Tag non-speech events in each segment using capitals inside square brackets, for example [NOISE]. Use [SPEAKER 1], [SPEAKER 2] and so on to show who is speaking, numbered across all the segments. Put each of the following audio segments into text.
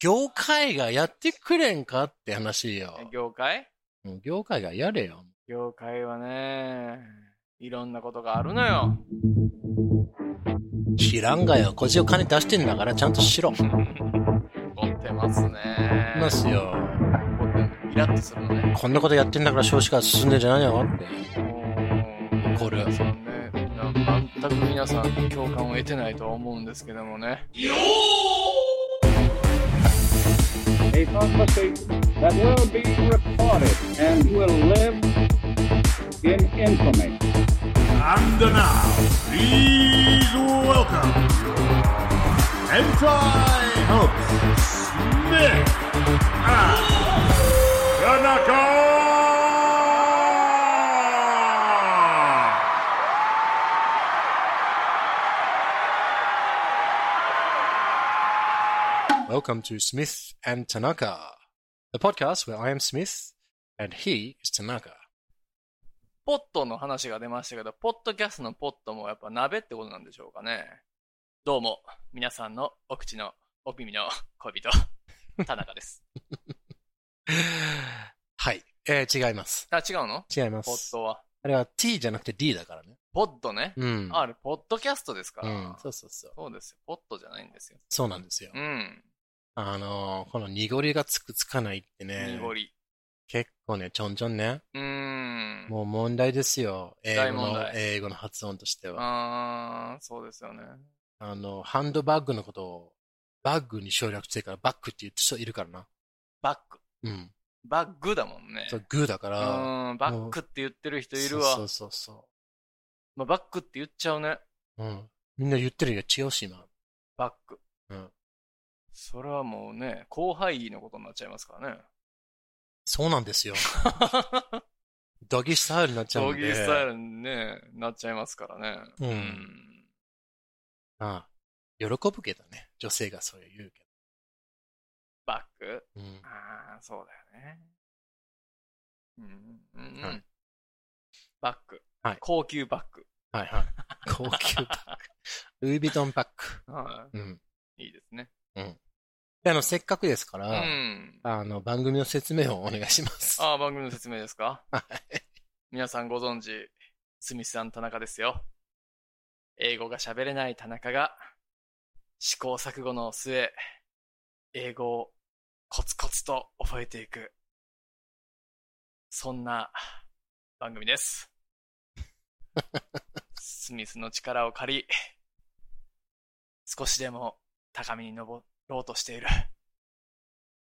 [SPEAKER 1] 業界がやってくれんかって話よ。
[SPEAKER 2] 業界
[SPEAKER 1] うん業界がやれよ。
[SPEAKER 2] 業界はね、いろんなことがあるの [LAUGHS] よ。
[SPEAKER 1] 知らんがよ。こっちお金出してんだからちゃんとしろ。
[SPEAKER 2] 怒ってますね。
[SPEAKER 1] ますよ。
[SPEAKER 2] 怒ってるイラッとするのね。
[SPEAKER 1] こんなことやってんだから少子化進んでんじゃないのって。怒る
[SPEAKER 2] 皆さんね、な全く皆さん共感を得てないとは思うんですけどもね。
[SPEAKER 3] a prophecy that will be recorded and will live in infamy.
[SPEAKER 4] And now, please welcome Hentai Hubs, Smith and Tanaka!
[SPEAKER 1] Welcome to Smith and Tanaka, the podcast where I am Smith and he is Tanaka. [SIGHS]
[SPEAKER 2] ポットの話が出ましたけど、ポッドキャストのポットもやっぱ鍋ってことなんでしょうかね。どうも、皆さんのお口の、お耳の恋人、田中です。
[SPEAKER 1] はい。えー、違います。
[SPEAKER 2] あ、違うの
[SPEAKER 1] [LAUGHS] 違いま
[SPEAKER 2] ポッ
[SPEAKER 1] す。
[SPEAKER 2] トは。
[SPEAKER 1] あれは t じゃなくて d だからね。
[SPEAKER 2] ポッドね。
[SPEAKER 1] うん。
[SPEAKER 2] ああれ、ポッドキャストですから。
[SPEAKER 1] うん。そうそうそう。
[SPEAKER 2] そうですよ。ポッドじゃないんですよ。
[SPEAKER 1] そうなんですよ
[SPEAKER 2] う。ん。
[SPEAKER 1] あのーこの濁りがつくつかないってね、
[SPEAKER 2] 濁り。
[SPEAKER 1] 結構ね、ちょんちょんね、
[SPEAKER 2] うーん。
[SPEAKER 1] もう問題ですよ。英
[SPEAKER 2] 大
[SPEAKER 1] 語
[SPEAKER 2] 問
[SPEAKER 1] の
[SPEAKER 2] 題、
[SPEAKER 1] 英語の発音としては。
[SPEAKER 2] あー、そうですよね。
[SPEAKER 1] あの、ハンドバッグのことを、バッグに省略してるから、バッグって言って人いるからな。
[SPEAKER 2] バック。
[SPEAKER 1] うん。
[SPEAKER 2] バッグだもんね。
[SPEAKER 1] そう、グーだか
[SPEAKER 2] う
[SPEAKER 1] ら。
[SPEAKER 2] ーん、バックって言ってる人いるわ。
[SPEAKER 1] そうそうそ
[SPEAKER 2] まあ、バックって言っちゃうね。
[SPEAKER 1] う。うん。みんな言ってるよ、千代島。
[SPEAKER 2] バック。
[SPEAKER 1] うん。
[SPEAKER 2] それはもうね、広範囲のことになっちゃいますからね。
[SPEAKER 1] そうなん
[SPEAKER 2] [LAUGHS]
[SPEAKER 1] ですよ。ドギースタイルにな [LAUGHS] っちゃう
[SPEAKER 2] 競
[SPEAKER 1] んで。
[SPEAKER 2] 技スタイルに、ね、なっちゃいますからね。
[SPEAKER 1] うん
[SPEAKER 2] ん
[SPEAKER 1] ああ喜ぶけどね。女性がそう言うけ
[SPEAKER 2] バック
[SPEAKER 1] ど。うん。
[SPEAKER 2] ああ、そうだよね。うん、うん、うん。
[SPEAKER 1] はい
[SPEAKER 2] バック。
[SPEAKER 1] はい
[SPEAKER 2] 高級バック。
[SPEAKER 1] はい
[SPEAKER 2] [LAUGHS]
[SPEAKER 1] はい。高級バッグ。ルイ・ヴィトンバッグ。
[SPEAKER 2] は
[SPEAKER 1] うん。
[SPEAKER 2] い。いいですね。
[SPEAKER 1] であの、せっかくですか
[SPEAKER 2] う
[SPEAKER 1] ら、
[SPEAKER 2] ん。
[SPEAKER 1] あの、番組の説明をお願いします。
[SPEAKER 2] ああ、番組の説明ですか
[SPEAKER 1] は
[SPEAKER 2] 皆さんご存知、スミスさん田中ですよ。英語が喋れない田中が、試行錯誤の末、英語をコツコツと覚えていく、そんな番組です。スミスの力を借り、少しでも高みに登ろうとしている、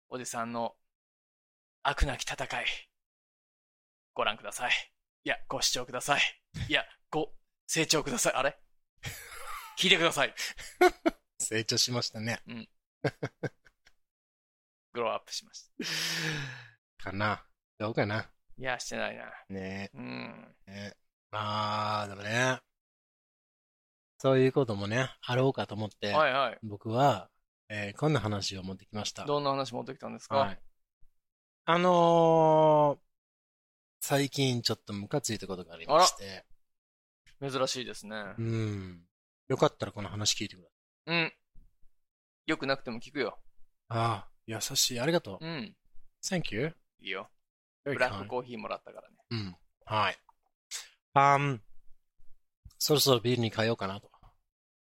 [SPEAKER 2] おじさんの悪なき戦い、ご覧ください。いや、ご視聴ください。いや、ご、成長ください。あれ聞いてください。
[SPEAKER 1] 成長しましたね。
[SPEAKER 2] グローアップしました。
[SPEAKER 1] かな。どうかな。
[SPEAKER 2] いや、してないな。
[SPEAKER 1] ね
[SPEAKER 2] うん。
[SPEAKER 1] え。ねえまあ、でもね。そういうこともね、あろうかと思って、
[SPEAKER 2] はいはい。
[SPEAKER 1] 僕は、えーこんな話を持ってきました。
[SPEAKER 2] どんな話持ってきたんですか、
[SPEAKER 1] はい。あのー最近ちょっとムカついたことがありまして、
[SPEAKER 2] 珍しいですね。
[SPEAKER 1] うん。よかったらこの話聞いてくだ
[SPEAKER 2] うん。よくなくても聞くよ。
[SPEAKER 1] さい。ああ、優しい。ありがとう。
[SPEAKER 2] うん。
[SPEAKER 1] Thank you.
[SPEAKER 2] いいよ。
[SPEAKER 1] ブ
[SPEAKER 2] ブラックコーヒーもらったからね。
[SPEAKER 1] うん。はい。あん、そろそろビールに変えようかなと。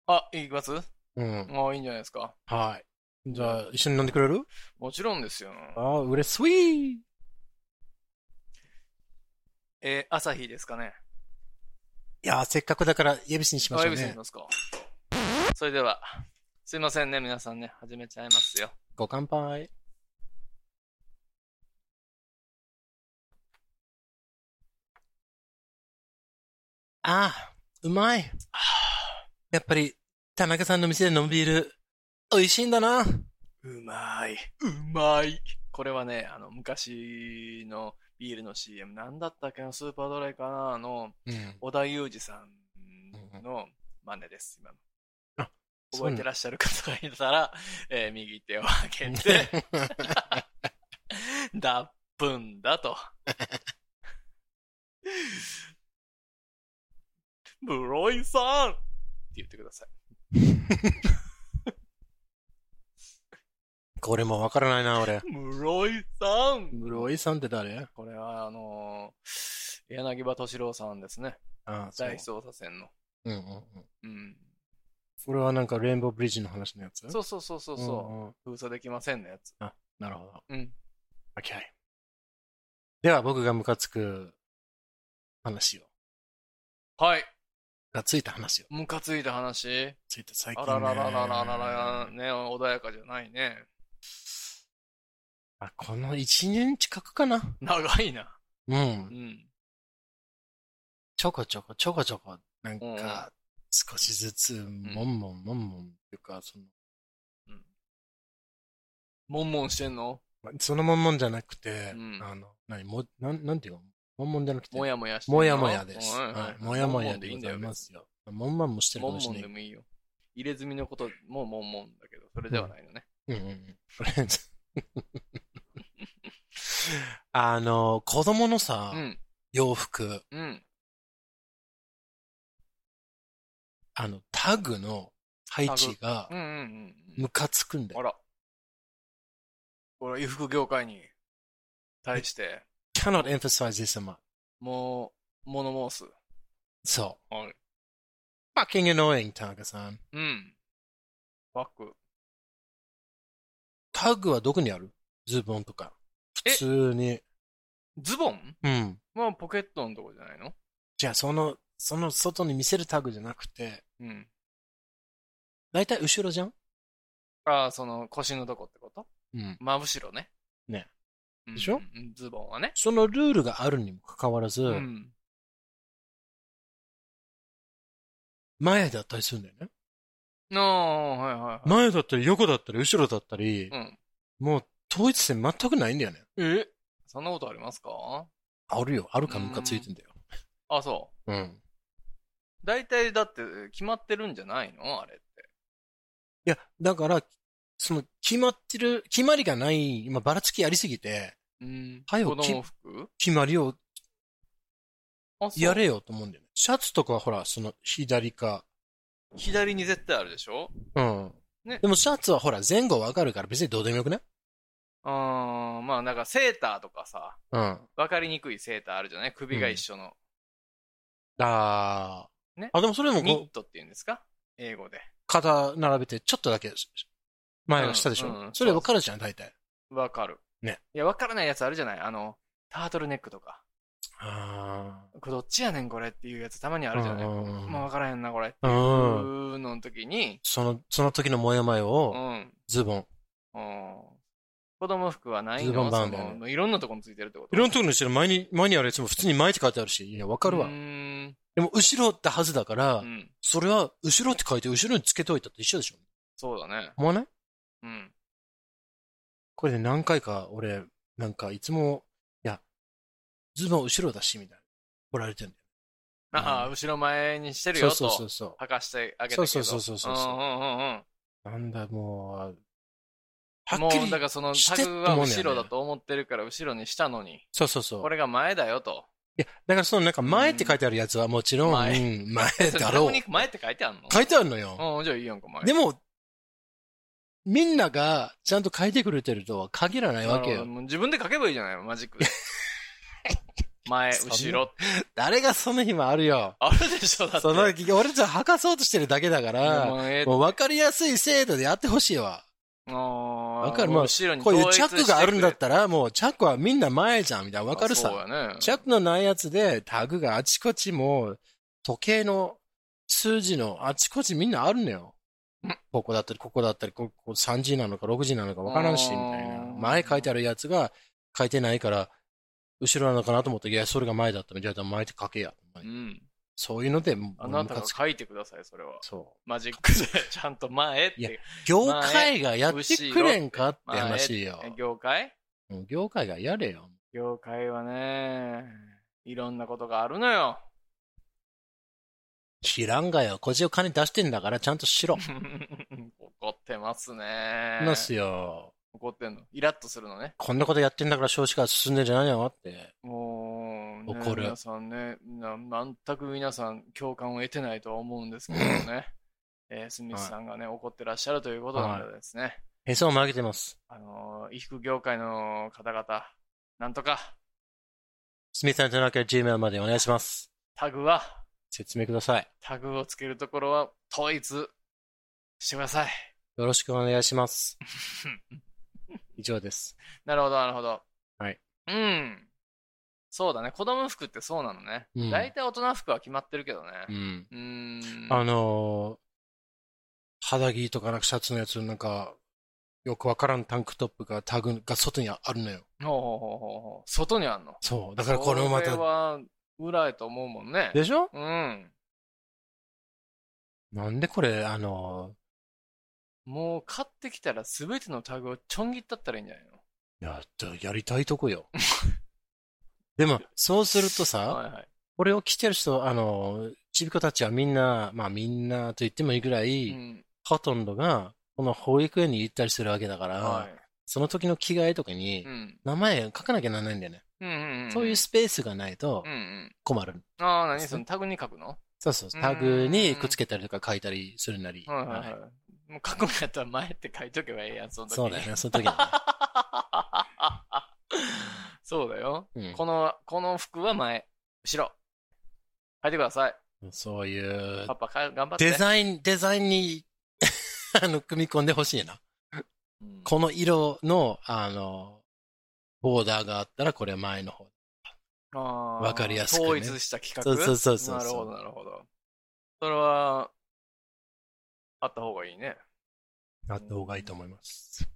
[SPEAKER 2] あ、いきます
[SPEAKER 1] うん。
[SPEAKER 2] もういいんじゃないですか
[SPEAKER 1] はい。じゃあ、一緒に飲んでくれる
[SPEAKER 2] もちろんですよ。
[SPEAKER 1] ああ、うれしい。
[SPEAKER 2] えー、朝日ですかね。
[SPEAKER 1] いやー、せっかくだから、エビスにしましょう
[SPEAKER 2] あエビスに
[SPEAKER 1] ね
[SPEAKER 2] し。ますか。それでは、すいませんね、皆さんね。始めちゃいますよ。
[SPEAKER 1] ご乾杯。ああ、うまい。やっぱり、田中さんの店で飲むビール、美味しいんだな。
[SPEAKER 2] うまい。うまい。これはね、あの、昔のビールの CM、なんだったっけな、スーパードライかな、あの、
[SPEAKER 1] うん。
[SPEAKER 2] 小田裕二さんの真似です、今の。
[SPEAKER 1] あ
[SPEAKER 2] 覚えてらっしゃる方がいたら、えー右手を上げて、
[SPEAKER 1] で
[SPEAKER 2] [LAUGHS] 脱粉だ [LAUGHS] と。室井さんって言ってください。
[SPEAKER 1] [LAUGHS] これもわからないな、俺。
[SPEAKER 2] 室井さん
[SPEAKER 1] 室井さんって誰
[SPEAKER 2] これは、あのー柳葉敏郎さんですね。
[SPEAKER 1] ああ、そう
[SPEAKER 2] 大。捜査線の。
[SPEAKER 1] うんうんうん。
[SPEAKER 2] うん。
[SPEAKER 1] これはなんかレインボーブリッジの話のやつ
[SPEAKER 2] そううそうそうそ
[SPEAKER 1] う
[SPEAKER 2] う
[SPEAKER 1] ん
[SPEAKER 2] そ
[SPEAKER 1] うん
[SPEAKER 2] う。封鎖できませんのやつ。
[SPEAKER 1] なるほど。
[SPEAKER 2] うん。
[SPEAKER 1] OK。では、僕がムカつく話を。
[SPEAKER 2] はい。
[SPEAKER 1] がついた話を。
[SPEAKER 2] ムカついた話。
[SPEAKER 1] ついて最近、
[SPEAKER 2] あ
[SPEAKER 1] ね。
[SPEAKER 2] ららららららら、ね、穏やかじゃないね。
[SPEAKER 1] あこの1年近くかな。
[SPEAKER 2] 長いな。
[SPEAKER 1] う。
[SPEAKER 2] うんん。
[SPEAKER 1] ちょこちょこちょこちょこ、なん
[SPEAKER 2] うん
[SPEAKER 1] か、少しずつ、もんもんもんもんっていうか、その、
[SPEAKER 2] もんもんしてんの
[SPEAKER 1] そのもんもんじゃなくて、
[SPEAKER 2] うん
[SPEAKER 1] あの、何、も、なん、なんていうのもんもんじゃなくて、
[SPEAKER 2] もやもやしてんの
[SPEAKER 1] もやもやです。
[SPEAKER 2] うんうん
[SPEAKER 1] はいもやもやで
[SPEAKER 2] いい
[SPEAKER 1] ご
[SPEAKER 2] んだ
[SPEAKER 1] ざい
[SPEAKER 2] よ。
[SPEAKER 1] ますよ。もんまんもしてる
[SPEAKER 2] も
[SPEAKER 1] か
[SPEAKER 2] ん
[SPEAKER 1] もし
[SPEAKER 2] も
[SPEAKER 1] れ
[SPEAKER 2] ん
[SPEAKER 1] な
[SPEAKER 2] で
[SPEAKER 1] い。
[SPEAKER 2] もいいよ。入れ墨のことももんもんだけど、それではないのね。
[SPEAKER 1] うんうんうん。とりあえずあの、子供のさ、
[SPEAKER 2] うん。
[SPEAKER 1] 洋服、
[SPEAKER 2] うん。
[SPEAKER 1] あの、タグの配置が
[SPEAKER 2] うんうんうんうん。
[SPEAKER 1] ムカつくんだ
[SPEAKER 2] あ
[SPEAKER 1] よ。
[SPEAKER 2] ら。これ、衣服業界に対して、
[SPEAKER 1] cannot emphasize this amount.
[SPEAKER 2] もう、物申す。
[SPEAKER 1] そ
[SPEAKER 2] はい。
[SPEAKER 1] う。fucking annoying, 田中さん。
[SPEAKER 2] うん。バック。
[SPEAKER 1] タグはどこにあるズボンとか。
[SPEAKER 2] え
[SPEAKER 1] 普通に。
[SPEAKER 2] ズボン
[SPEAKER 1] うん。
[SPEAKER 2] まあ、ポケットのとこじゃないの
[SPEAKER 1] じゃあ、その、その外に見せるタグじゃなくて、
[SPEAKER 2] うん。
[SPEAKER 1] だいたい後ろじゃん
[SPEAKER 2] ああ、その、腰のとこってこと
[SPEAKER 1] うん。
[SPEAKER 2] 真後ろね。
[SPEAKER 1] ね
[SPEAKER 2] うん。
[SPEAKER 1] でしょ
[SPEAKER 2] うんズボンはね。
[SPEAKER 1] そのルールがあるにもかかわらず、
[SPEAKER 2] うん。
[SPEAKER 1] 前だったりするんだよね。
[SPEAKER 2] ああ、はいはいは
[SPEAKER 1] 前だったり、横だったり、後ろだったり
[SPEAKER 2] い。、うん。
[SPEAKER 1] もう統一性全くないんだよね。
[SPEAKER 2] えそんなことありますか
[SPEAKER 1] あるよ。あるかムカついてんだよ。
[SPEAKER 2] あ、そ
[SPEAKER 1] うん。
[SPEAKER 2] う。大体だって決まってるんじゃないのあれって。
[SPEAKER 1] いや、だから、その、決まってる、決まりがない、今、ばらつきありすぎて、
[SPEAKER 2] うん。
[SPEAKER 1] はい
[SPEAKER 2] 子供服
[SPEAKER 1] 決まりを
[SPEAKER 2] あ、そう
[SPEAKER 1] やれよと思うんだよね。シャツとかはほら、その、左か。
[SPEAKER 2] 左に絶対あるでしょ
[SPEAKER 1] うん。
[SPEAKER 2] ね
[SPEAKER 1] でも、シャツはほら、前後わかるから別にどうでもよくないう
[SPEAKER 2] ーん。まあ、なんかセーターとかさ、
[SPEAKER 1] うん。あ
[SPEAKER 2] わかりにくいセーターあるじゃない首が一緒の。
[SPEAKER 1] あー。
[SPEAKER 2] ね
[SPEAKER 1] あ、でもそれも
[SPEAKER 2] ニ
[SPEAKER 1] こう
[SPEAKER 2] ッ、トって言うんですか英語で。
[SPEAKER 1] 肩並べて、ちょっとだけ、前が下でしょ、
[SPEAKER 2] うんうん
[SPEAKER 1] それわかるじゃん、大体。
[SPEAKER 2] わかる。
[SPEAKER 1] ね。
[SPEAKER 2] いや、わからないやつあるじゃないあの、タートルネックとか。
[SPEAKER 1] あ
[SPEAKER 2] これどっちやねんこれっていうやつたまに
[SPEAKER 1] あ
[SPEAKER 2] あるじゃないもう
[SPEAKER 1] い
[SPEAKER 2] わからへんなこれ。
[SPEAKER 1] う。
[SPEAKER 2] うんーの時に、
[SPEAKER 1] その、その時のモヤモヤ
[SPEAKER 2] う
[SPEAKER 1] を、
[SPEAKER 2] ん。
[SPEAKER 1] ズボン。
[SPEAKER 2] うん子供服はない
[SPEAKER 1] ズボン
[SPEAKER 2] の
[SPEAKER 1] バン
[SPEAKER 2] そ
[SPEAKER 1] だよね
[SPEAKER 2] のいろんなとこについてるってこと
[SPEAKER 1] いろんなところの後ろ、前に、前にあるやつも普通に前って書いてあるし、いや、わかるわ
[SPEAKER 2] う。ーん。
[SPEAKER 1] でも、後ろってはずだから、
[SPEAKER 2] うん。
[SPEAKER 1] それは、後ろって書いて、後ろにつけといたって一緒でしょ
[SPEAKER 2] そうだね。
[SPEAKER 1] 思わない
[SPEAKER 2] うん。
[SPEAKER 1] これで何回か、俺、なんか、いつも、いや、ズボン後ろだし、みたいな。怒られてんだよ。
[SPEAKER 2] ああ、
[SPEAKER 1] う
[SPEAKER 2] 後ろ前にしてる
[SPEAKER 1] そう
[SPEAKER 2] よ
[SPEAKER 1] そうそう
[SPEAKER 2] と、
[SPEAKER 1] そ
[SPEAKER 2] 吐かしてあげたけど。
[SPEAKER 1] そうそうそうそうそう
[SPEAKER 2] うんうんうんうん。
[SPEAKER 1] う。なんだ、もう、は
[SPEAKER 2] も
[SPEAKER 1] っき
[SPEAKER 2] う、
[SPEAKER 1] り
[SPEAKER 2] だか、らその
[SPEAKER 1] して
[SPEAKER 2] タ
[SPEAKER 1] って
[SPEAKER 2] グ
[SPEAKER 1] 思
[SPEAKER 2] は
[SPEAKER 1] うんだよね
[SPEAKER 2] 後ろだと思ってるから後ろにしたのに、
[SPEAKER 1] そうそうそう。
[SPEAKER 2] これが前だよと。
[SPEAKER 1] いや、だからそのなんか前って書いてあるやつはもちろん、うん
[SPEAKER 2] 前
[SPEAKER 1] 前
[SPEAKER 2] それ
[SPEAKER 1] だ
[SPEAKER 2] タ
[SPEAKER 1] ろ
[SPEAKER 2] グ
[SPEAKER 1] う
[SPEAKER 2] に。前って書いてあんの
[SPEAKER 1] 書いてあるのよ。
[SPEAKER 2] うん、じゃあいいやんか、前。
[SPEAKER 1] でも、みんながちゃんと書いてくれてるとは限らないわけ
[SPEAKER 2] なるほ
[SPEAKER 1] よ。
[SPEAKER 2] どもう自分で書けばいいじゃないの、
[SPEAKER 1] [LAUGHS]
[SPEAKER 2] マジックで。前、
[SPEAKER 1] そんな
[SPEAKER 2] 後ろ。
[SPEAKER 1] 誰がその暇あるよ。
[SPEAKER 2] あるでしょ、だって。
[SPEAKER 1] その、俺たちは吐かそうとしてるだけだから、
[SPEAKER 2] もうええ
[SPEAKER 1] もう分かりやすい制度でやってほしいわ。
[SPEAKER 2] わ
[SPEAKER 1] わかるまあ
[SPEAKER 2] 後ろに
[SPEAKER 1] こういうチャックがあるんだった
[SPEAKER 2] ら、
[SPEAKER 1] ら、もうチャックはみんな前じゃん、みたいな。わかる
[SPEAKER 2] そう
[SPEAKER 1] さ。
[SPEAKER 2] やね。
[SPEAKER 1] チャックのないやつでタグがあちこちもう、時計の数字のあちこちみんなあるのよ
[SPEAKER 2] うん。
[SPEAKER 1] ここだったり、ここだったり、ここ3時なのか6時なのかわからんし、
[SPEAKER 2] う
[SPEAKER 1] み
[SPEAKER 2] ん
[SPEAKER 1] たいな。前書いてあるやつが書いてないから、後ろなのかなと思って、いや、それが前だったの。じゃあ前って書けや。
[SPEAKER 2] うん。
[SPEAKER 1] そういうので、もう
[SPEAKER 2] あなた
[SPEAKER 1] ム
[SPEAKER 2] が
[SPEAKER 1] カつく
[SPEAKER 2] 書いてください、それは。
[SPEAKER 1] そう。
[SPEAKER 2] マジックで、ちゃんと前っ
[SPEAKER 1] いや
[SPEAKER 2] て。
[SPEAKER 1] 業界がやってくれんかって話よ。
[SPEAKER 2] 前業界
[SPEAKER 1] うん業界がやれよ。
[SPEAKER 2] 業界はね、いろんなことがあるのよ。 [LAUGHS]
[SPEAKER 1] 知らんがよ。こっちを金出してんだからちゃんとしろ。
[SPEAKER 2] 怒ってますね。
[SPEAKER 1] なんすよ。
[SPEAKER 2] 怒ってんの。イラッとするのね。
[SPEAKER 1] こんなことやってんだから少子化進んでんじゃないのって。
[SPEAKER 2] もう、ね、
[SPEAKER 1] 怒る
[SPEAKER 2] 皆さんねな、全く皆さん共感を得
[SPEAKER 1] [LAUGHS]
[SPEAKER 2] てないとは思うんですけどもね、えースミスさんがね、怒ってらっしゃるということなのでですね、
[SPEAKER 1] へそを曲げてます。
[SPEAKER 2] あのー、衣服業界の方々、なんとか、
[SPEAKER 1] スミスさんとなきゃ Gmail までお願いします。
[SPEAKER 2] タグは、
[SPEAKER 1] 説明ください。
[SPEAKER 2] タグをつけるところは統一してく
[SPEAKER 1] [LAUGHS]
[SPEAKER 2] ださい。
[SPEAKER 1] よろしくお願いします。以上です。
[SPEAKER 2] なるほど、なるほど。
[SPEAKER 1] はい。
[SPEAKER 2] うん。そうだね。子供服ってそうなのね。
[SPEAKER 1] うん
[SPEAKER 2] 大体大人服は決まってるけどね。
[SPEAKER 1] うん。
[SPEAKER 2] うーん。
[SPEAKER 1] あのー肌着とかなんかシャツのやつなんか、よくわからんタンクトップがタグが外にあるのよ。
[SPEAKER 2] ほうほうほうほうほう。外にあんの。
[SPEAKER 1] そう。だからこれもま
[SPEAKER 2] そ
[SPEAKER 1] た
[SPEAKER 2] れ、は、裏へと思うもんね。
[SPEAKER 1] でしょ
[SPEAKER 2] うん。
[SPEAKER 1] なんでこれ、あの
[SPEAKER 2] もう買ってきたら全てのタグをちょん切ったったらいいんじゃないの
[SPEAKER 1] ーやっとやりたいとこよ。 [LAUGHS] でも、そうするとさ、
[SPEAKER 2] はいはい。
[SPEAKER 1] これを着てる人、あのー、ちびこたちはみんな、まあみんなと言ってもいいぐらい、
[SPEAKER 2] うん。
[SPEAKER 1] ほとんどが、この保育園に行ったりするわけだから、
[SPEAKER 2] は
[SPEAKER 1] その時の着替えとか
[SPEAKER 2] い。
[SPEAKER 1] に
[SPEAKER 2] う、ん。
[SPEAKER 1] 名前書かなきゃならないんだよね。
[SPEAKER 2] うんうんうん。
[SPEAKER 1] そういうスペースがないと
[SPEAKER 2] うんうん。
[SPEAKER 1] 困る。
[SPEAKER 2] ああ、何そのタグに書くの
[SPEAKER 1] そうそう、タグにくっつけたりとか書いたりするなり。
[SPEAKER 2] はいはいはい。もう書くんやったら前って書いとけばええやん、その時に
[SPEAKER 1] そうだよね、その時にね。
[SPEAKER 2] そうだよ、
[SPEAKER 1] うん
[SPEAKER 2] [LAUGHS] この、この服は前、後ろ。書いてください。
[SPEAKER 1] そういう
[SPEAKER 2] パ、パ、か頑張って。
[SPEAKER 1] デザイン、デザインに、 [LAUGHS] あの、組み込んでほしいな。
[SPEAKER 2] うん
[SPEAKER 1] この色の、あの、ボーダーがあったらこれは前の方。
[SPEAKER 2] あー
[SPEAKER 1] わかりやすくね
[SPEAKER 2] 統一した企画
[SPEAKER 1] そうそうそうそう
[SPEAKER 2] なるほど、なるほど。それは、あった方がいいね。
[SPEAKER 1] あった方がいいと思います。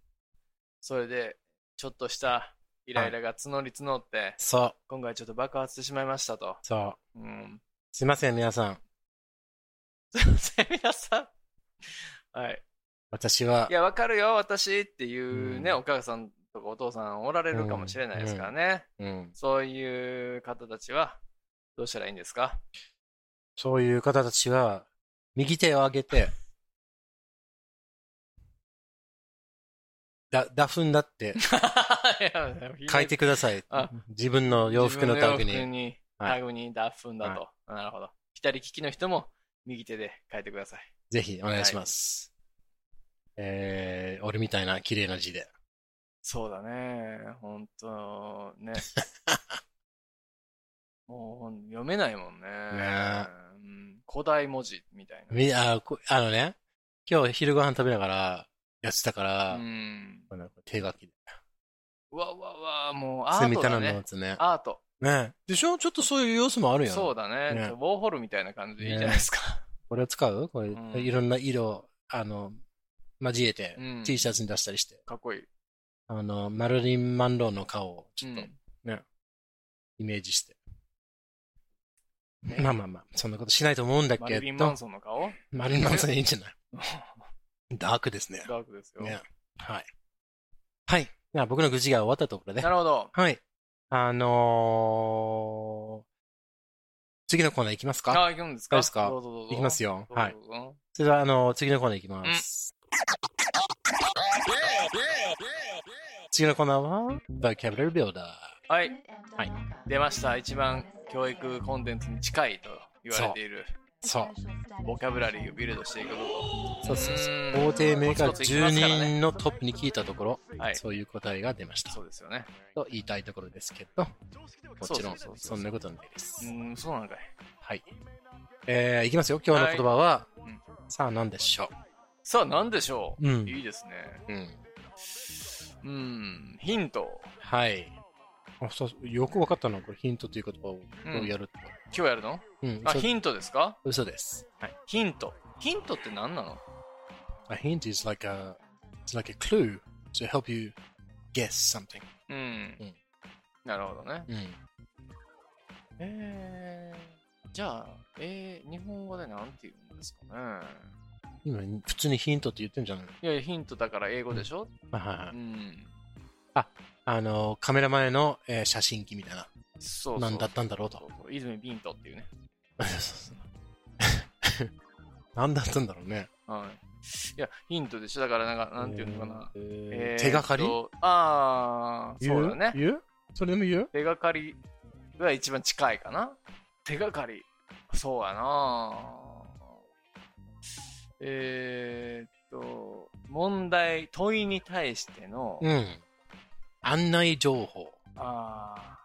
[SPEAKER 2] それで、ちょっとしたイライラが募り募って、
[SPEAKER 1] そう、
[SPEAKER 2] 今回ちょっと爆発してしまいましたと。
[SPEAKER 1] そう。
[SPEAKER 2] うん。
[SPEAKER 1] すいません、皆さん。
[SPEAKER 2] すいません、皆さん。はい。、
[SPEAKER 1] 私はい
[SPEAKER 2] や、わかるよ、私っていうね、
[SPEAKER 1] うん
[SPEAKER 2] お母さんとかお父さんおられるかもしれないですからね。
[SPEAKER 1] うん、
[SPEAKER 2] そういう方たちは、どうしたらいいんですか [LAUGHS]
[SPEAKER 1] そういう方たちは、右手を上げて、だ、ダフんだって書いて
[SPEAKER 2] く
[SPEAKER 1] ください
[SPEAKER 2] あ。
[SPEAKER 1] 自分の洋服のタグに。はい
[SPEAKER 2] タグにダッフンだと。なるほど。左利きの人も右手で書いてください。
[SPEAKER 1] ぜひお願いします。えー、俺みたいな綺麗な字で。
[SPEAKER 2] そうだね。本当
[SPEAKER 1] [LAUGHS]
[SPEAKER 2] ね。もう読めないもんね。うん古代文字みたいな。
[SPEAKER 1] み、あ、こあのね、今日昼ご飯食べながらやってたから、
[SPEAKER 2] うん。
[SPEAKER 1] この手書きで。
[SPEAKER 2] うわうわうわ、もうア
[SPEAKER 1] 住
[SPEAKER 2] ー
[SPEAKER 1] み
[SPEAKER 2] ト
[SPEAKER 1] た
[SPEAKER 2] だ
[SPEAKER 1] らの
[SPEAKER 2] ね
[SPEAKER 1] や。つね。
[SPEAKER 2] アート。
[SPEAKER 1] ねでしょちょっとそういう要素もあるよ。
[SPEAKER 2] そうだね
[SPEAKER 1] ね
[SPEAKER 2] ウォーホルみたいな感じでいいじゃないですか。
[SPEAKER 1] これを使うこれ、
[SPEAKER 2] うん
[SPEAKER 1] いろんな色、あの、交えて、
[SPEAKER 2] うん
[SPEAKER 1] T シャツに出したりして。
[SPEAKER 2] かっこいい。
[SPEAKER 1] あの、マルリン・マンローの顔をち
[SPEAKER 2] う
[SPEAKER 1] ょっと
[SPEAKER 2] ん
[SPEAKER 1] イメージして。まあまあまあ、そんなことしないと思うんだけど。
[SPEAKER 2] マリリン・マンソンの顔
[SPEAKER 1] マリリン・マンソンいいんじゃない [LAUGHS] ダークですね。
[SPEAKER 2] ダークですよ。
[SPEAKER 1] ね。はい。はい。じゃあ僕の愚痴が終わったところで
[SPEAKER 2] な。るほど。
[SPEAKER 1] はい。あのー、次のコーナー行きますか
[SPEAKER 2] あ、行くんですか
[SPEAKER 1] どうですか
[SPEAKER 2] どうぞどうぞ。
[SPEAKER 1] 行きますよ。
[SPEAKER 2] よ。
[SPEAKER 1] はい。それでは、あのー次のコーナー行きます。次のコーナーは、Vocabulary Builder。
[SPEAKER 2] はい。
[SPEAKER 1] はい
[SPEAKER 2] 出ました。一番教育コンテンツに近いと言われている
[SPEAKER 1] そう。
[SPEAKER 2] ボキャブラリーをビルドしていくこと。
[SPEAKER 1] そうそうそう
[SPEAKER 2] う。ん
[SPEAKER 1] 大手メーカー
[SPEAKER 2] コツコツいきま
[SPEAKER 1] 10
[SPEAKER 2] すからね
[SPEAKER 1] 人のトップに聞いたところ、
[SPEAKER 2] はい
[SPEAKER 1] そういう答えが出ました。
[SPEAKER 2] そうですよね。
[SPEAKER 1] と言いたいところですけど、もちろん
[SPEAKER 2] そうそうそうそ
[SPEAKER 1] そ
[SPEAKER 2] うん
[SPEAKER 1] なことないです。
[SPEAKER 2] うん、そうなんかい。
[SPEAKER 1] はい。えー、いきますよ。今日の言葉は、
[SPEAKER 2] いうん
[SPEAKER 1] さあ何でしょ
[SPEAKER 2] さあ、なんでしょう
[SPEAKER 1] う。うん。
[SPEAKER 2] いいですね。
[SPEAKER 1] うん。
[SPEAKER 2] うん、ヒント。
[SPEAKER 1] はい。あそうよくわかったな、これヒントという言葉をどうやるって。
[SPEAKER 2] 今日やるの
[SPEAKER 1] うん、
[SPEAKER 2] あ、
[SPEAKER 1] 嘘
[SPEAKER 2] ヒントですか
[SPEAKER 1] 嘘です。はい。
[SPEAKER 2] ヒント。ヒントって何なの
[SPEAKER 1] A hint is like a, it's like a clue to help you guess something.
[SPEAKER 2] うん
[SPEAKER 1] うん。
[SPEAKER 2] なるほどね。
[SPEAKER 1] うん。
[SPEAKER 2] えー、じゃあ、えー、日本語でなんて言うんですかね。
[SPEAKER 1] 今、普通にヒントって言ってんじゃないの
[SPEAKER 2] いやいや、ヒントだから英語でしょ
[SPEAKER 1] はいはいは
[SPEAKER 2] う
[SPEAKER 1] い。
[SPEAKER 2] ん。
[SPEAKER 1] あの、カメラ前の、えー写真機みたいな。
[SPEAKER 2] そうそう。
[SPEAKER 1] 何だったんだろう
[SPEAKER 2] そ
[SPEAKER 1] と
[SPEAKER 2] う。そう泉ビントっていうね。
[SPEAKER 1] [LAUGHS] 何だったんだろうね。
[SPEAKER 2] はい。いや、ヒントでしょだから、なんか、なんていうのかな。
[SPEAKER 1] えー
[SPEAKER 2] えーっと
[SPEAKER 1] 手がかり
[SPEAKER 2] ああ、
[SPEAKER 1] 言
[SPEAKER 2] そうだね。
[SPEAKER 1] 言うそれでも言う
[SPEAKER 2] 手がかりが一番近いかな。手がかり。そうやなえーっと、問題、問いに対しての、
[SPEAKER 1] うん。案内情報。
[SPEAKER 2] あー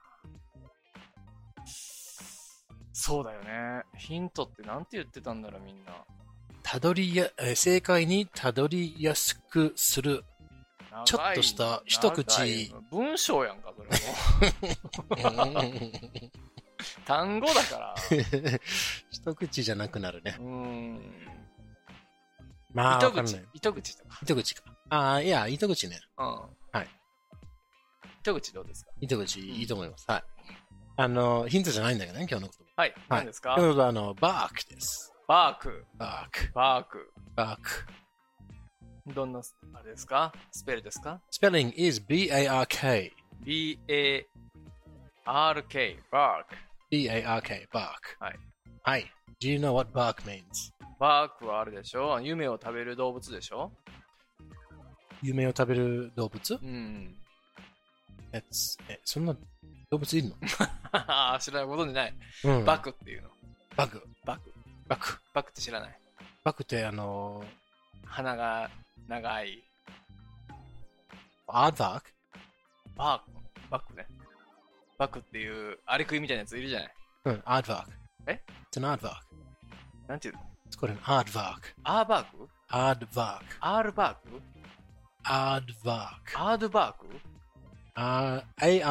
[SPEAKER 2] そうだよね。ヒントってなんて言ってたんだろう、みんな。
[SPEAKER 1] たどりや、えー正解にたどりやすくする。
[SPEAKER 2] 長い
[SPEAKER 1] ちょっとした一口
[SPEAKER 2] 長い文章やんか、それも。 [LAUGHS] 単語だ
[SPEAKER 1] [LAUGHS]
[SPEAKER 2] から。
[SPEAKER 1] [LAUGHS] 一口じゃなくなるね
[SPEAKER 2] う。ーん。
[SPEAKER 1] まあ、
[SPEAKER 2] 糸
[SPEAKER 1] わかん
[SPEAKER 2] 口
[SPEAKER 1] ない。、
[SPEAKER 2] 糸口とか。
[SPEAKER 1] 糸口か。ああ、いや、糸口ね。
[SPEAKER 2] うん。
[SPEAKER 1] はい。
[SPEAKER 2] 糸口どうですか
[SPEAKER 1] 糸口、いいと思います。はい。あの、ヒントじゃないんだけどね、今日のこと。
[SPEAKER 2] はい。何ですか
[SPEAKER 1] 今日のことは、あの、バークです。
[SPEAKER 2] バーク。
[SPEAKER 1] バーク。
[SPEAKER 2] バーク。
[SPEAKER 1] バーク。
[SPEAKER 2] どんな、あれですかスペルですか
[SPEAKER 1] spelling is B-A-R-K。
[SPEAKER 2] ?B-A-R-K。バーク。
[SPEAKER 1] B-A-R-K, bark.
[SPEAKER 2] はい。
[SPEAKER 1] はい。Do you know what bark means?
[SPEAKER 2] バークはあれでしょ夢を食べる動物でしょ
[SPEAKER 1] 夢を食べる動物
[SPEAKER 2] うん。 [LAUGHS]
[SPEAKER 1] え、つえそんな動物いるの
[SPEAKER 2] あー知らないことにない。
[SPEAKER 1] うん
[SPEAKER 2] バクっていうの。
[SPEAKER 1] バク。
[SPEAKER 2] バク。
[SPEAKER 1] バク。
[SPEAKER 2] バクって知らない。
[SPEAKER 1] バクって、あの
[SPEAKER 2] 鼻が長い。
[SPEAKER 1] ー、アダーク
[SPEAKER 2] バーク。バクね。バクっていう、アリクイみたいなやついるじゃない。
[SPEAKER 1] うん、アーダーク。
[SPEAKER 2] え
[SPEAKER 1] ?It's an aardvark.
[SPEAKER 2] なんていうの
[SPEAKER 1] It's called an aardvark.
[SPEAKER 2] アーバーク
[SPEAKER 1] Aardvark.
[SPEAKER 2] アールバーク
[SPEAKER 1] Aardvark.
[SPEAKER 2] アードバーク
[SPEAKER 1] A-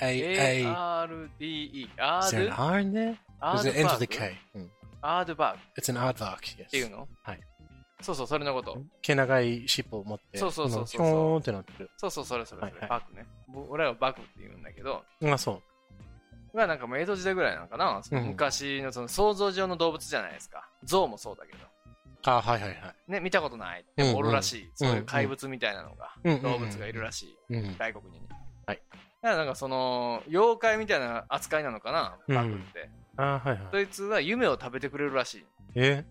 [SPEAKER 1] A-R-D-V-A-A.
[SPEAKER 2] ?ARDE。
[SPEAKER 1] Is
[SPEAKER 2] ア
[SPEAKER 1] there an
[SPEAKER 2] ード
[SPEAKER 1] R in there?
[SPEAKER 2] ア
[SPEAKER 1] Is
[SPEAKER 2] ー
[SPEAKER 1] it
[SPEAKER 2] ド
[SPEAKER 1] ends with a
[SPEAKER 2] バーク
[SPEAKER 1] K? うん
[SPEAKER 2] アードバークっ
[SPEAKER 1] It's an aardvark,
[SPEAKER 2] ていう
[SPEAKER 1] yes.
[SPEAKER 2] の
[SPEAKER 1] はい。
[SPEAKER 2] そうそう、それのこと。
[SPEAKER 1] 毛長い尻尾を持って、
[SPEAKER 2] そうそうそうそう
[SPEAKER 1] このピョーンってなってる。
[SPEAKER 2] そうそう、それそれそれ。
[SPEAKER 1] はいはい
[SPEAKER 2] バクね。ぼ俺らはバクって言うんだけど、
[SPEAKER 1] あ、そう。
[SPEAKER 2] がなんかもう江戸時代ぐらいなのかな、その
[SPEAKER 1] うん
[SPEAKER 2] 昔のその想像上の動物じゃないですか。象もそうだけど。
[SPEAKER 1] あ、はいはいはい。
[SPEAKER 2] ね、見たことない。
[SPEAKER 1] うんうん
[SPEAKER 2] おるらしい。そういう怪物みたいなのが、
[SPEAKER 1] うんうん
[SPEAKER 2] 動物がいるらしい。
[SPEAKER 1] うん。
[SPEAKER 2] 外国にね。
[SPEAKER 1] はい。
[SPEAKER 2] だからなんかその、妖怪みたいな扱いなのかな、
[SPEAKER 1] うん
[SPEAKER 2] バクって。
[SPEAKER 1] あ、はいはい。
[SPEAKER 2] そいつは夢を食べてくれるらしい。
[SPEAKER 1] え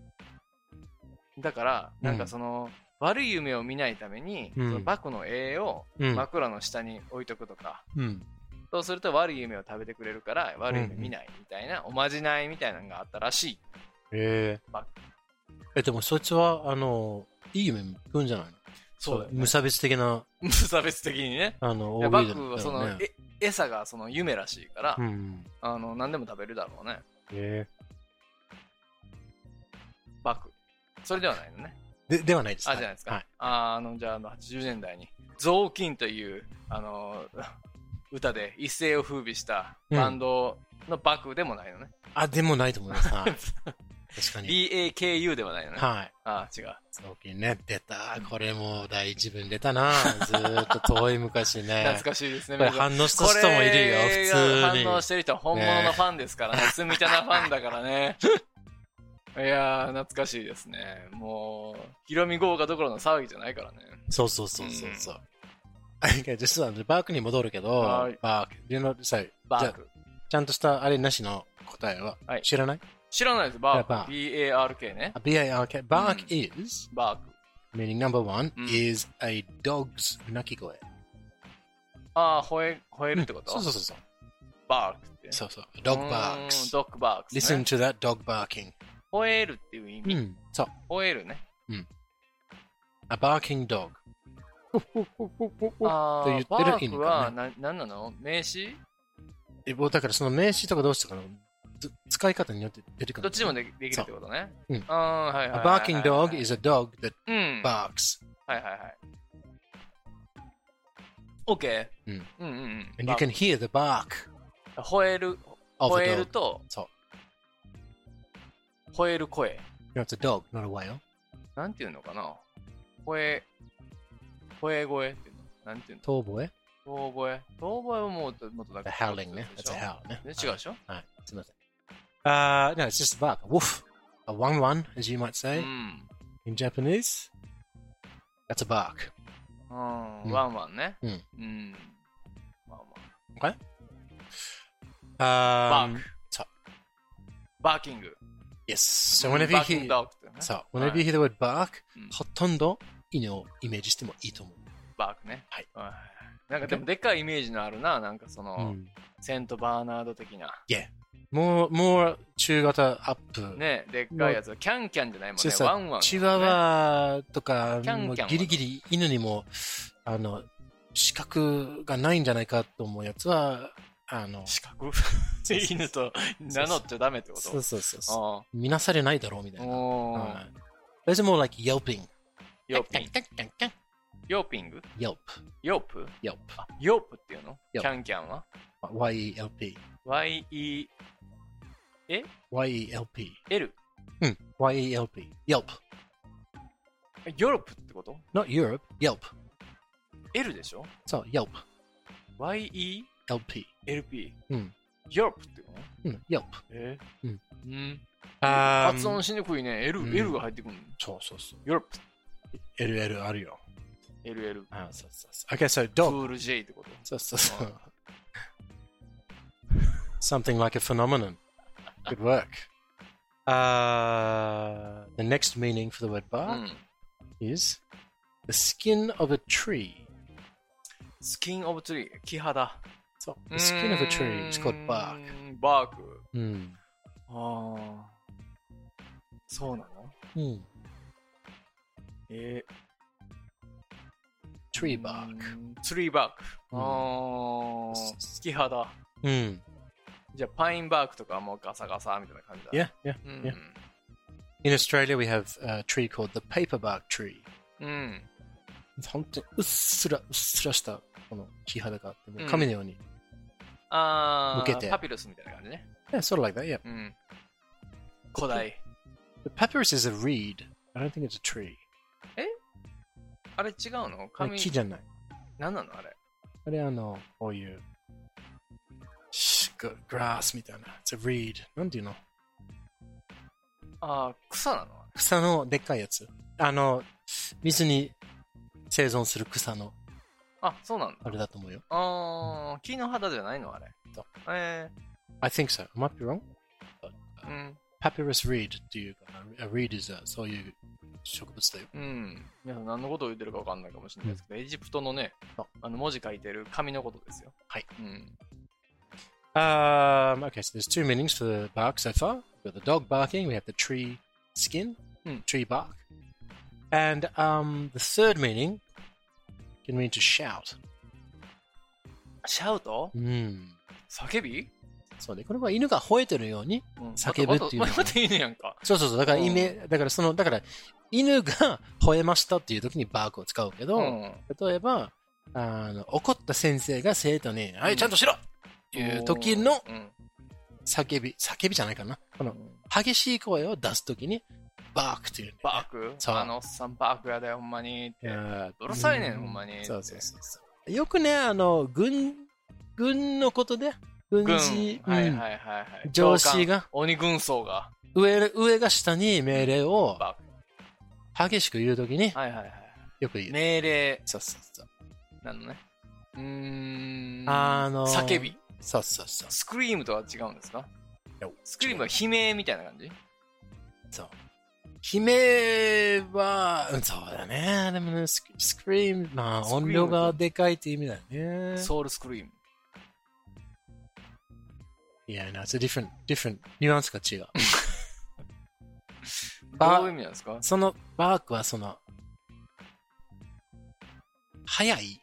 [SPEAKER 2] だから、なんかその、悪い夢を見ないために、
[SPEAKER 1] うん
[SPEAKER 2] そのバクの絵を
[SPEAKER 1] うん
[SPEAKER 2] 枕の下に置いとくとか、
[SPEAKER 1] うん。
[SPEAKER 2] そうすると悪い夢を食べてくれるから、悪い夢見ないみたいな、おまじないみたいなのがあったらしい。
[SPEAKER 1] えー
[SPEAKER 2] バ
[SPEAKER 1] え、でもそいつは、あの、いい夢見るんじゃないの無差別的な、 [LAUGHS]
[SPEAKER 2] 無差別的にね。
[SPEAKER 1] あの、
[SPEAKER 2] いや
[SPEAKER 1] OB
[SPEAKER 2] バ
[SPEAKER 1] だった
[SPEAKER 2] クはそ
[SPEAKER 1] よ
[SPEAKER 2] の、
[SPEAKER 1] ね。
[SPEAKER 2] え餌がその夢らしいから、
[SPEAKER 1] うん。
[SPEAKER 2] あの何でも食べるだろうね。
[SPEAKER 1] え
[SPEAKER 2] バク。それではないのね。
[SPEAKER 1] ーで、ではないです。
[SPEAKER 2] あ、
[SPEAKER 1] は
[SPEAKER 2] じゃないですか。
[SPEAKER 1] はい。
[SPEAKER 2] あーあの、じゃあ、あの80年代に、雑巾という、あの [LAUGHS] ー歌で一世を風靡したバンドのバクでもないのね。
[SPEAKER 1] あ、でもないと思います。はい。
[SPEAKER 2] [LAUGHS]
[SPEAKER 1] 確かに。
[SPEAKER 2] BAKU ではないのね。
[SPEAKER 1] はい。
[SPEAKER 2] あー違う。
[SPEAKER 1] 最近ね、出た。これもう第一文出たな。ずーっと遠い昔ね。
[SPEAKER 2] 懐かしいですね。
[SPEAKER 1] これ
[SPEAKER 2] 皆さん
[SPEAKER 1] 反応した人もいるよ、
[SPEAKER 2] これが
[SPEAKER 1] 普通に。
[SPEAKER 2] 反応してる人は本物のファンですからね。住みたなファンだか
[SPEAKER 1] [LAUGHS]
[SPEAKER 2] らね。いやー、懐かしいですね。もう、ヒロミ豪華どころの騒ぎじゃないからね。
[SPEAKER 1] そうそうそうそうそう。Okay, [LAUGHS] 実はねバークに戻るけど、
[SPEAKER 2] はい
[SPEAKER 1] バーク。Do you know, sorry.
[SPEAKER 2] バ
[SPEAKER 1] じゃ
[SPEAKER 2] ー
[SPEAKER 1] あ
[SPEAKER 2] ク。
[SPEAKER 1] ちゃんとしたあれなしの答えは、
[SPEAKER 2] はい
[SPEAKER 1] 知らない
[SPEAKER 2] 知らないです、
[SPEAKER 1] や
[SPEAKER 2] バー
[SPEAKER 1] っぱ
[SPEAKER 2] ク。B-A-R-K ね
[SPEAKER 1] あ。?B-A-R-K. Bark is,
[SPEAKER 2] バーク。
[SPEAKER 1] meaning number one,
[SPEAKER 2] うん
[SPEAKER 1] is a dog's 鳴き声。
[SPEAKER 2] ああ、吠え、吠えるってこと、
[SPEAKER 1] そうそうそうそう。
[SPEAKER 2] バークって。
[SPEAKER 1] そうそう。dog
[SPEAKER 2] うーん
[SPEAKER 1] barks.
[SPEAKER 2] ドッグバーク、ね。
[SPEAKER 1] Listen to that dog barking.
[SPEAKER 2] 吠えるっていう意
[SPEAKER 1] う
[SPEAKER 2] 味。
[SPEAKER 1] ん。そう。
[SPEAKER 2] 吠えるね。
[SPEAKER 1] A barking dog.
[SPEAKER 2] ああ、
[SPEAKER 1] って言ってる意味かね
[SPEAKER 2] バークはな、なんなの名詞
[SPEAKER 1] えもうだからその名詞とかどうしてかのず使い方によって出てくる。
[SPEAKER 2] どっちでもでできるってことね。
[SPEAKER 1] そううん
[SPEAKER 2] ああ、はいはい
[SPEAKER 1] A
[SPEAKER 2] はいはい。
[SPEAKER 1] barking dog is a dog that
[SPEAKER 2] うん。は
[SPEAKER 1] barks.
[SPEAKER 2] いはいはい。OK。
[SPEAKER 1] うん。
[SPEAKER 2] うんうんうん。
[SPEAKER 1] And you can hear the bark
[SPEAKER 2] バーク吠える、
[SPEAKER 1] of
[SPEAKER 2] 吠
[SPEAKER 1] a
[SPEAKER 2] える
[SPEAKER 1] dog.
[SPEAKER 2] と、
[SPEAKER 1] そう。
[SPEAKER 2] 吠える声。
[SPEAKER 1] You know, it's a dog, not a whale.
[SPEAKER 2] なんていうのかな吠え、吠え声っていうのなんていうの
[SPEAKER 1] 遠吠え
[SPEAKER 2] 遠吠え。遠吠えはもう、もっとだ
[SPEAKER 1] The howling ね。That's a howl ね。
[SPEAKER 2] ね違うでしょ
[SPEAKER 1] はい。すみません。Uh, no, it's just a bark. A woof. A one one, as you might
[SPEAKER 2] う
[SPEAKER 1] say
[SPEAKER 2] ん。
[SPEAKER 1] in Japanese. That's a bark.
[SPEAKER 2] うん
[SPEAKER 1] うん
[SPEAKER 2] ワンワンね。
[SPEAKER 1] うん
[SPEAKER 2] うん。まあまあ。
[SPEAKER 1] Um,
[SPEAKER 2] バーク。
[SPEAKER 1] そう
[SPEAKER 2] バーキング。
[SPEAKER 1] Yes. So whenever
[SPEAKER 2] バ
[SPEAKER 1] you
[SPEAKER 2] ーキング
[SPEAKER 1] hear,
[SPEAKER 2] ドッグってね。
[SPEAKER 1] so whenever you hear the word bark,
[SPEAKER 2] うん
[SPEAKER 1] ほとんど犬をイメージしてもいいと思う。
[SPEAKER 2] バークね。
[SPEAKER 1] はい
[SPEAKER 2] い。なんかでもでっかいイメージのあるな。なんかその、
[SPEAKER 1] うん
[SPEAKER 2] セントバーナード的な。
[SPEAKER 1] Yeah. もう、もう、中型アップ。
[SPEAKER 2] ねでっかいやつ。キャンキャンじゃないもん
[SPEAKER 1] そ
[SPEAKER 2] ね
[SPEAKER 1] う。さ
[SPEAKER 2] ワンワン。
[SPEAKER 1] チワ。ワとか、
[SPEAKER 2] キャンキャン
[SPEAKER 1] もう
[SPEAKER 2] は
[SPEAKER 1] ギリギリ犬にも、あの、資格がないんじゃないかと思うやつは、あの、
[SPEAKER 2] 四角犬と名乗っちゃダメってこと
[SPEAKER 1] そうそうそうそう。
[SPEAKER 2] あ
[SPEAKER 1] 見なされないだろうみ
[SPEAKER 2] あ。
[SPEAKER 1] たいな。
[SPEAKER 2] おー
[SPEAKER 1] はい。There's more like yelping.
[SPEAKER 2] ヨーピング。
[SPEAKER 1] Yelp.
[SPEAKER 2] ヨーピング
[SPEAKER 1] Yelp.
[SPEAKER 2] ヨープ
[SPEAKER 1] Yelp. E
[SPEAKER 2] ヨープっていうのキ
[SPEAKER 1] ヨープ
[SPEAKER 2] ャンキャンは
[SPEAKER 1] Y-E-L-P.
[SPEAKER 2] ?YEL。
[SPEAKER 1] E Y-E-L-P.
[SPEAKER 2] ヨ
[SPEAKER 1] Y-E-L-P. E Yelp.
[SPEAKER 2] ープってこと
[SPEAKER 1] Not Europe. Yelp.
[SPEAKER 2] ?L でしょ
[SPEAKER 1] So, Yelp.
[SPEAKER 2] ?YELP。
[SPEAKER 1] LP. うん
[SPEAKER 2] ヨープっていう
[SPEAKER 1] う
[SPEAKER 2] の
[SPEAKER 1] ん、Yelp。Hmm.
[SPEAKER 2] え
[SPEAKER 1] うん
[SPEAKER 2] うん。
[SPEAKER 1] あ
[SPEAKER 2] 発音しにくいね。L、
[SPEAKER 1] うん
[SPEAKER 2] L が入ってくるの。
[SPEAKER 1] そうそうそう。
[SPEAKER 2] ヨープ、
[SPEAKER 1] LL あるよ。
[SPEAKER 2] LL、
[SPEAKER 1] あそうそうそう。Okay, so
[SPEAKER 2] プ
[SPEAKER 1] dog.
[SPEAKER 2] ール J ってこと。
[SPEAKER 1] そうそうそう。Something like a phenomenon. Good work. Uh, Hmm. the next meaning for the word
[SPEAKER 2] う
[SPEAKER 1] bark
[SPEAKER 2] ん。
[SPEAKER 1] is the skin of a tree.
[SPEAKER 2] スキンオブツリー、木肌。
[SPEAKER 1] So, the skin of a tree is called bark.
[SPEAKER 2] うーん。バーク。
[SPEAKER 1] Mm.
[SPEAKER 2] ああ。そうなの
[SPEAKER 1] Mm.
[SPEAKER 2] えー
[SPEAKER 1] Tree bark.
[SPEAKER 2] うーんツリーバーク。
[SPEAKER 1] うん
[SPEAKER 2] ああ。木肌。
[SPEAKER 1] Mm.
[SPEAKER 2] じゃあ、パインバークとかはもうガサガサみたいな感じだ。
[SPEAKER 1] Yeah, yeah,
[SPEAKER 2] う
[SPEAKER 1] yeah.
[SPEAKER 2] ん。
[SPEAKER 1] In Australia, we have a tree called the paperbark tree.
[SPEAKER 2] うん。
[SPEAKER 1] 本当にうっすらうっすらしたこの木肌があって、もう亀のように。
[SPEAKER 2] あ
[SPEAKER 1] 向けて
[SPEAKER 2] あ。パピルスみたいな感じね。
[SPEAKER 1] Yeah, sort of like that, yeah.
[SPEAKER 2] うん。古代。
[SPEAKER 1] The papyrus is a reed. I don't think it's a tree.
[SPEAKER 2] あれ違うの
[SPEAKER 1] あれ
[SPEAKER 2] 紙
[SPEAKER 1] 木じゃない。
[SPEAKER 2] 何なのあれ
[SPEAKER 1] あれあの、こういう、しグラスみたいな。It's a reed. なんていうの
[SPEAKER 2] ああ、草なの
[SPEAKER 1] 草のでっかいやつ。あの、水に生存する草の
[SPEAKER 2] あ、そうなんだ。
[SPEAKER 1] あれだと思うよ。
[SPEAKER 2] ああ、木の肌じゃないのあれ。
[SPEAKER 1] そう
[SPEAKER 2] え
[SPEAKER 1] I think so. I might be wrong.
[SPEAKER 2] えうん。
[SPEAKER 1] Papyrus reed っていうかな。A reed is a, そういう植物だよ。
[SPEAKER 2] うん。いや、何のことを言ってるか分かんないかもしれないですけど、エジプトのね
[SPEAKER 1] そう、
[SPEAKER 2] あの文字書いてる紙のことですよ。
[SPEAKER 1] はい。
[SPEAKER 2] うん。
[SPEAKER 1] Um, okay, so there's two meanings for the bark so far. We've got the dog barking, we have the tree skin,
[SPEAKER 2] Hmm.
[SPEAKER 1] tree bark. And um, the third meaning can mean to shout. Hmm.
[SPEAKER 2] シャウト
[SPEAKER 1] うん。
[SPEAKER 2] 叫び
[SPEAKER 1] そうね。これは犬が吠えてるように。
[SPEAKER 2] うん
[SPEAKER 1] 叫ぶっていうの
[SPEAKER 2] またまたまたいいねやんか。
[SPEAKER 1] そうそうそう。だから、
[SPEAKER 2] うん
[SPEAKER 1] 犬、だからその、だから、犬 [LAUGHS] が吠えましたっていう時にバークを使うけど、
[SPEAKER 2] うん。
[SPEAKER 1] 例えば、あの、怒った先生が生徒に、はい、ちゃんとしろっていう時の
[SPEAKER 2] うん。
[SPEAKER 1] 叫び、叫びじゃないかな。この、激しい声を出す時に、バークっていうんだよね
[SPEAKER 2] バーク
[SPEAKER 1] そう
[SPEAKER 2] あのおっさんバークやで、ほんまに。って。
[SPEAKER 1] う
[SPEAKER 2] うるさいねんほんまに
[SPEAKER 1] そうそうそうそう。よくね、あの、軍、軍のことで、軍
[SPEAKER 2] 軍。
[SPEAKER 1] 事、
[SPEAKER 2] はいはい
[SPEAKER 1] うん
[SPEAKER 2] はいはい。
[SPEAKER 1] 上司が
[SPEAKER 2] 上官鬼軍曹が。
[SPEAKER 1] 上、上が下に命令を
[SPEAKER 2] バ
[SPEAKER 1] 激しく言うときに
[SPEAKER 2] ーク。はいはいはい。
[SPEAKER 1] よく言う。
[SPEAKER 2] 命令
[SPEAKER 1] そうそうそう。
[SPEAKER 2] なのね。うーん。
[SPEAKER 1] あのー
[SPEAKER 2] 叫び。
[SPEAKER 1] そうそうそう。
[SPEAKER 2] スクリームとは違うんですか
[SPEAKER 1] や
[SPEAKER 2] スクリームは悲鳴みたいな感じ
[SPEAKER 1] そう。悲鳴は、うんそうだね。でもね、スクスクリーム、まあ、
[SPEAKER 2] スクリーム
[SPEAKER 1] 音量がでかいって意味だよね。
[SPEAKER 2] ソウルスクリーム。
[SPEAKER 1] いや、な、it's a different, different, ニュアンスが違う。バー
[SPEAKER 2] どういう意味なんですか
[SPEAKER 1] そのバークはその、速い、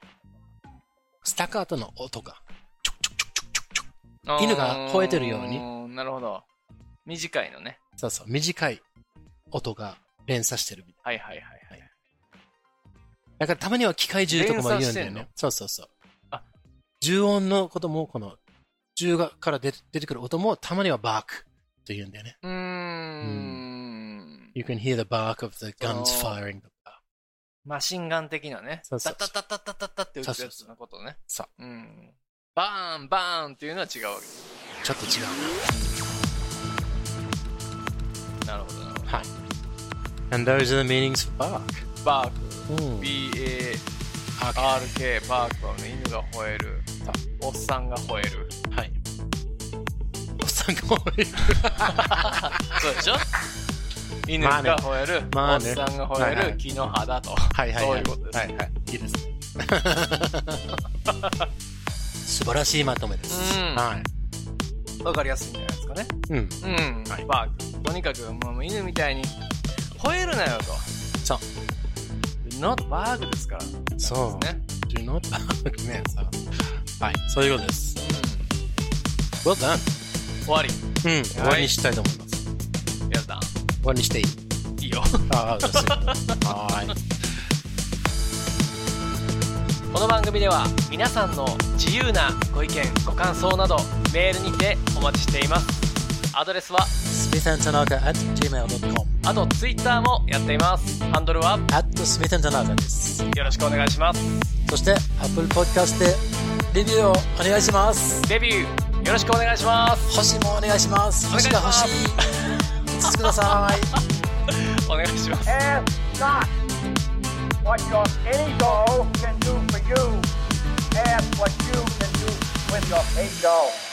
[SPEAKER 1] スタカートの音が、ちょくちょくちょくちょくちょくちょく犬が吠えてるように
[SPEAKER 2] に。なるほど。短いのね。
[SPEAKER 1] そうそう、短い音が連鎖してるみたい。
[SPEAKER 2] はいはいはいはい。
[SPEAKER 1] だからたまには機械銃とかも言うんだよ
[SPEAKER 2] 連鎖してんの
[SPEAKER 1] ね。そうそうそう。
[SPEAKER 2] あ
[SPEAKER 1] 重音のことも、この、銃がから出て出てくる音もたまにはバークと言うんだよね。
[SPEAKER 2] うーん。
[SPEAKER 1] You can hear the bark of the guns
[SPEAKER 2] そう
[SPEAKER 1] firing とか。
[SPEAKER 2] マシンガン的なね。
[SPEAKER 1] そうそう
[SPEAKER 2] タタタタタタタって打つやつのことね。。
[SPEAKER 1] そう
[SPEAKER 2] ん。バーン、バーンっていうのは違うわけ。
[SPEAKER 1] ちょっと違うな。
[SPEAKER 2] なるほどなるほど。
[SPEAKER 1] はい。And those are the meanings for bark.
[SPEAKER 2] バーク。
[SPEAKER 1] うん。
[SPEAKER 2] BARK、
[SPEAKER 1] は
[SPEAKER 2] バークはね、犬が吠える。おっさんが吠える。
[SPEAKER 1] い。おっさんが多い。
[SPEAKER 2] そうでしょ犬
[SPEAKER 1] まあ
[SPEAKER 2] が
[SPEAKER 1] ね
[SPEAKER 2] 吠える、
[SPEAKER 1] まあね
[SPEAKER 2] おっさんが吠
[SPEAKER 1] はい
[SPEAKER 2] える、
[SPEAKER 1] はい
[SPEAKER 2] 木の葉だと。
[SPEAKER 1] はいはい
[SPEAKER 2] そう
[SPEAKER 1] はいい。
[SPEAKER 2] うことです。
[SPEAKER 1] はいはい。いいです。素晴らしいまとめです。
[SPEAKER 2] うん
[SPEAKER 1] はい。
[SPEAKER 2] わかりやすいんじゃないですかね。
[SPEAKER 1] うん。
[SPEAKER 2] うん。まあ、とにかく、もう犬みたいに、吠えるなよと。
[SPEAKER 1] そう。
[SPEAKER 2] not bug ですから。
[SPEAKER 1] そう。
[SPEAKER 2] ね。
[SPEAKER 1] Do not bug ね。そうはい。そういうことです。Well done.
[SPEAKER 2] うん。終わり。
[SPEAKER 1] うん。終わりにしたいと思います。
[SPEAKER 2] やった。
[SPEAKER 1] 終わりにしていい
[SPEAKER 2] いいよ。
[SPEAKER 1] ああ、じゃあすいません [LAUGHS] はーい。
[SPEAKER 2] この番組では皆さんの自由なご意見ご感想などメールにてお待ちしていますアドレスは
[SPEAKER 1] smithandtanaka.gmail.com
[SPEAKER 2] あとツイッターもやっていますハンドルは
[SPEAKER 1] at smithandtanaka です。
[SPEAKER 2] よろしくお願いします
[SPEAKER 1] そして、Apple Podcast でレビューをお願いします。
[SPEAKER 2] デビューよろしくお願いします
[SPEAKER 1] 星もお願いします。
[SPEAKER 2] お願
[SPEAKER 1] 星
[SPEAKER 2] いし
[SPEAKER 1] が
[SPEAKER 2] ま
[SPEAKER 1] 欲
[SPEAKER 2] す
[SPEAKER 1] しい。5つくださ [LAUGHS] い。
[SPEAKER 2] お願いします
[SPEAKER 5] Ask not what your ego can do for you. Ask what you can do with your ego.